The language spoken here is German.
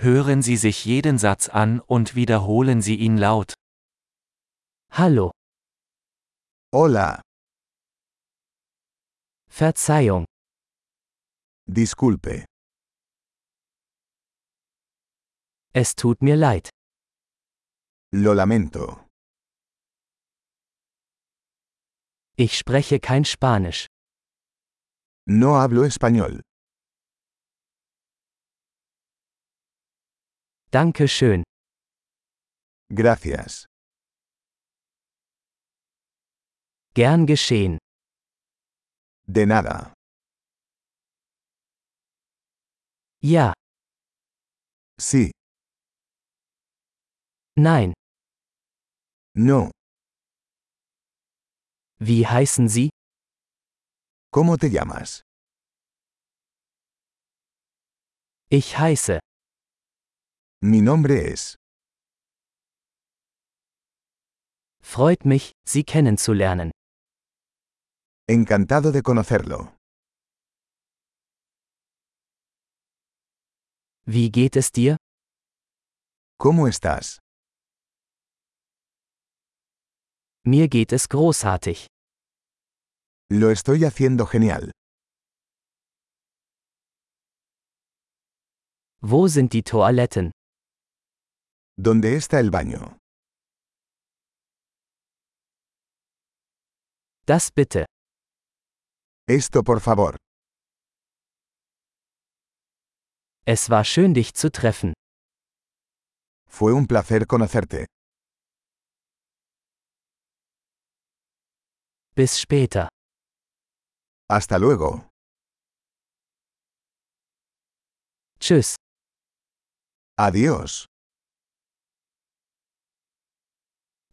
Hören Sie sich jeden Satz an und wiederholen Sie ihn laut. Hallo, Hola, Verzeihung, disculpe, es tut mir leid. lo lamento. Ich spreche kein Spanisch. No hablo español. Danke schön. Gracias. Gern geschehen. De nada. Ja, Sí, nein. no. Wie heißen Sie? ¿Cómo te llamas? Ich heiße. Mi nombre es. Freut mich, Sie kennenzulernen. Encantado de conocerlo. Wie geht es dir? ¿Cómo estás? Mir geht es großartig. Lo estoy haciendo genial. Wo sind die Toiletten? ¿Dónde está el baño? Das bitte. Esto por favor. Es war schön, dich zu treffen. Fue un placer conocerte. Bis später. Hasta luego. Tschüss. Adiós.